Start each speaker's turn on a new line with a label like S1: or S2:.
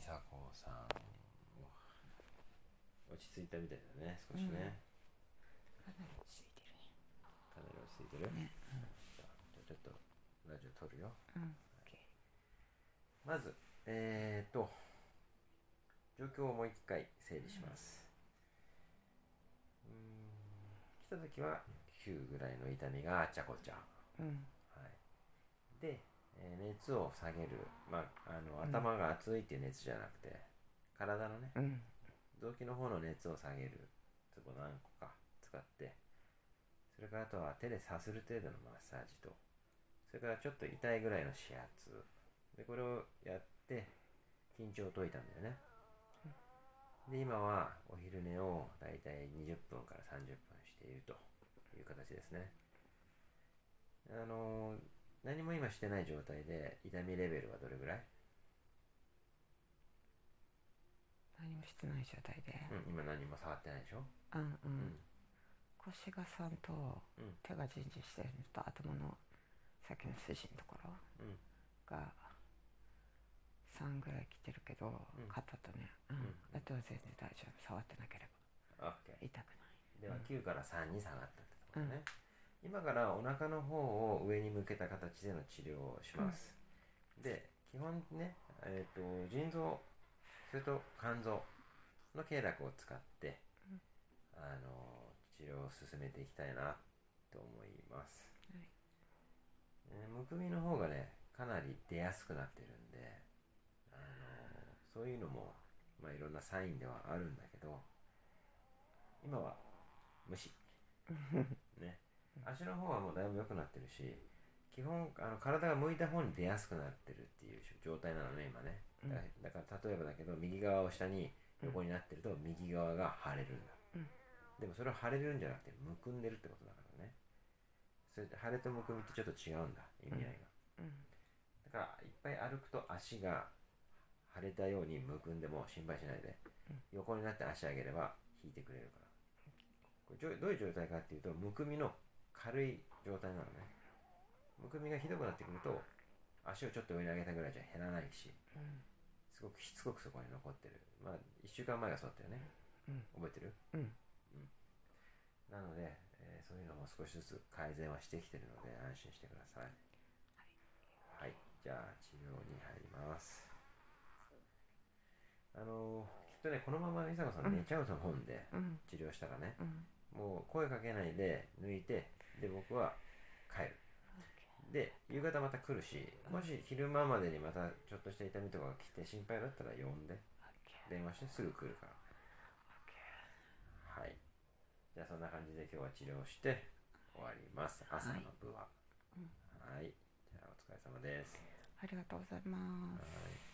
S1: さ落ち着いたみたいだね少しね、
S2: かなり落ち着いてるね
S1: かなり落ち着いてる、
S2: ね
S1: じゃあちょっとラジオ撮るよ
S2: うん、うん、
S1: まずえー、っと状況をもう一回整理しますうーん来た時は9ぐらいの痛みがあちゃこちゃ
S2: うん
S1: はい、で、えー熱を下げる、まあ、あの頭が熱いっていう熱じゃなくて、体のね
S2: うん
S1: 臓器の方の熱を下げるツボ何個か使ってそれからあとは手でさする程度のマッサージとそれからちょっと痛いぐらいの指圧でこれをやって緊張を解いたんだよねで今はお昼寝をだいたい20分から30分しているという形ですねあのー何も今してない状態で痛みレベルはどれぐらい、
S2: 何もしてない状態で、
S1: うん、今何も触ってないでしょ、
S2: うんう
S1: う
S2: ん
S1: ん
S2: 腰がさんと
S1: うん
S2: 手がじんじんしてるのと頭の先の筋のところ
S1: うん
S2: が3ぐらい来てるけど、
S1: ん
S2: 肩とね、うん
S1: ん
S2: あとは全然大丈夫触ってなければ
S1: OK
S2: 痛くない
S1: では
S2: うん
S1: 9から3に下がったってことね、今からお腹の方を上に向けた形での治療をします、で基本ね、えー、と腎臓それと肝臓の経絡を使って、
S2: うん
S1: あの治療を進めていきたいなと思います、
S2: はい
S1: えーむくみの方がねかなり出やすくなってるんで、あのそういうのも、まあ、いろんなサインではあるんだけど今は無 視ね足の方はもうだいぶ良くなってるし基本あの体が向いた方に出やすくなってるっていう状態なのね今ね
S2: うん
S1: だだから例えばだけど右側を下に横になってると右側が腫れるんだ、
S2: うん
S1: でもそれは腫れるんじゃなくてむくんでるってことだからねそれ腫れとむくみってちょっと違うんだ意味合いが、
S2: うん
S1: だからいっぱい歩くと足が腫れたようにむくんでも心配しないで、
S2: うん
S1: 横になって足上げれば引いてくれるからこれじょどういう状態かっていうとむくみの軽い状態なのねむくみがひどくなってくると足をちょっと上に上げたぐらいじゃ減らないし
S2: うん
S1: すごくしつこくそこに残ってるまあ1週間前がそうだったよね、
S2: うん
S1: 覚えてる
S2: うん
S1: うんなので、えーそういうのも少しずつ改善はしてきてるので安心してくださいはい、じゃあ治療に入りますあのーきっとねこのまま美佐子さん寝ちゃうと思うんで、
S2: うん
S1: 治療したらね
S2: うん
S1: もう声かけないで抜いてで僕は帰るで夕方また来るしもし昼間までにまたちょっとした痛みとかが来て心配だったら呼んで
S2: OK
S1: 電話してすぐ来るからはいじゃあそんな感じで今日は治療して終わります朝の部ははい、じゃあお疲れ様です
S2: ありがとうございます
S1: はい